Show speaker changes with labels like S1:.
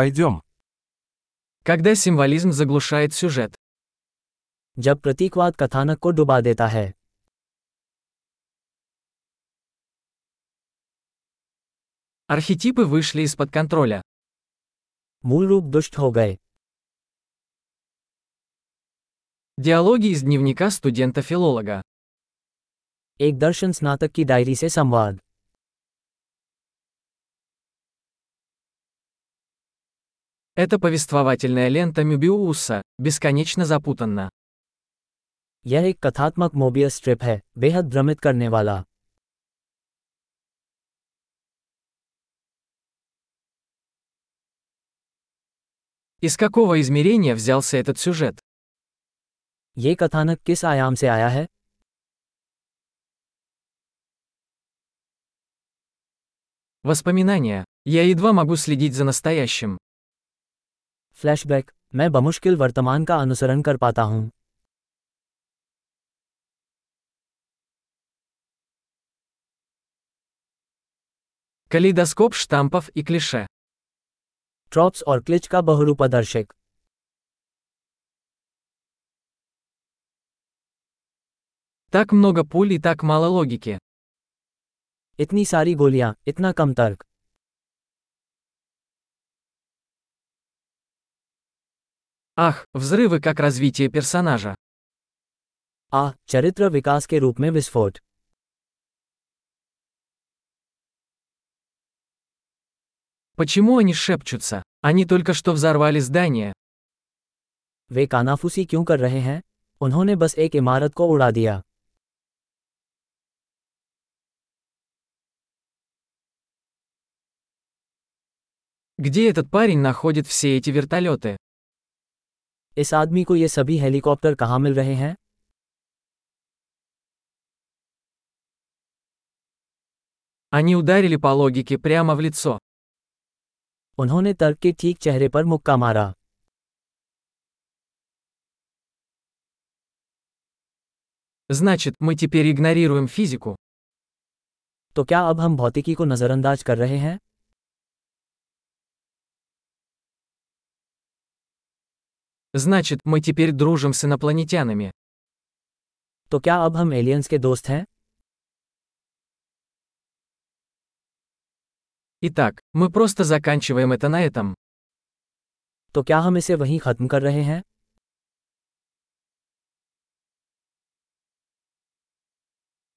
S1: Пойдем.
S2: Когда символизм заглушает сюжет.
S3: जब प्रतीकवाद कथानक को डुबा देता है
S2: Архетипы вышли из-под контроля.
S3: मूल रूप दुष्ट हो गए
S2: Диалоги из дневника студента-филолога.
S3: एक दर्शन स्नातक की डायरी से संवाद
S2: Это повествовательная лента Мюбиуса, бесконечно запутанна.
S3: यह एक कथात्मक मोबियस स्ट्रिप है बेहद भ्रमित करने वाला
S2: Из какого измерения взялся этот сюжет?
S3: ये कथानक किस आयाम से आया है
S2: Воспоминания. Я едва могу следить за настоящим.
S3: फ्लैशबैक मैं बमुश्किल वर्तमान का अनुसरण कर पाता हूँ
S2: Калейдоскоп штампов и клише.
S3: ट्रॉप्स और क्लिच का बहुरूपदर्शक
S2: Так много пуль и так мало логики.
S3: इतनी सारी गोलियाँ इतना कम तर्क
S2: Ах, взрывы как развитие персонажа.
S3: आ चरित्र विकास के रूप में विस्फोट
S2: Почему они шепчутся? Они только что взорвали здание.
S3: वे कानाफूसी क्यों कर रहे हैं उन्होंने बस एक इमारत को उड़ा दिया
S2: Где этот парень находит все эти вертолеты?
S3: इस आदमी को ये सभी हेलीकॉप्टर कहाँ मिल रहे हैं
S2: Они ударили по логике прямо в лицо.
S3: उन्होंने तर्क के ठीक चेहरे पर मुक्का मारा
S2: Значит, мы теперь игнорируем физику.
S3: तो क्या अब हम भौतिकी को नज़रअंदाज कर रहे हैं
S2: Значит, мы теперь дружим с инопланетянами.
S3: तो क्या अब हम एलियंस के दोस्त हैं
S2: Итак, мы просто заканчиваем это на этом.
S3: तो क्या हम इसे वहीं खत्म कर रहे हैं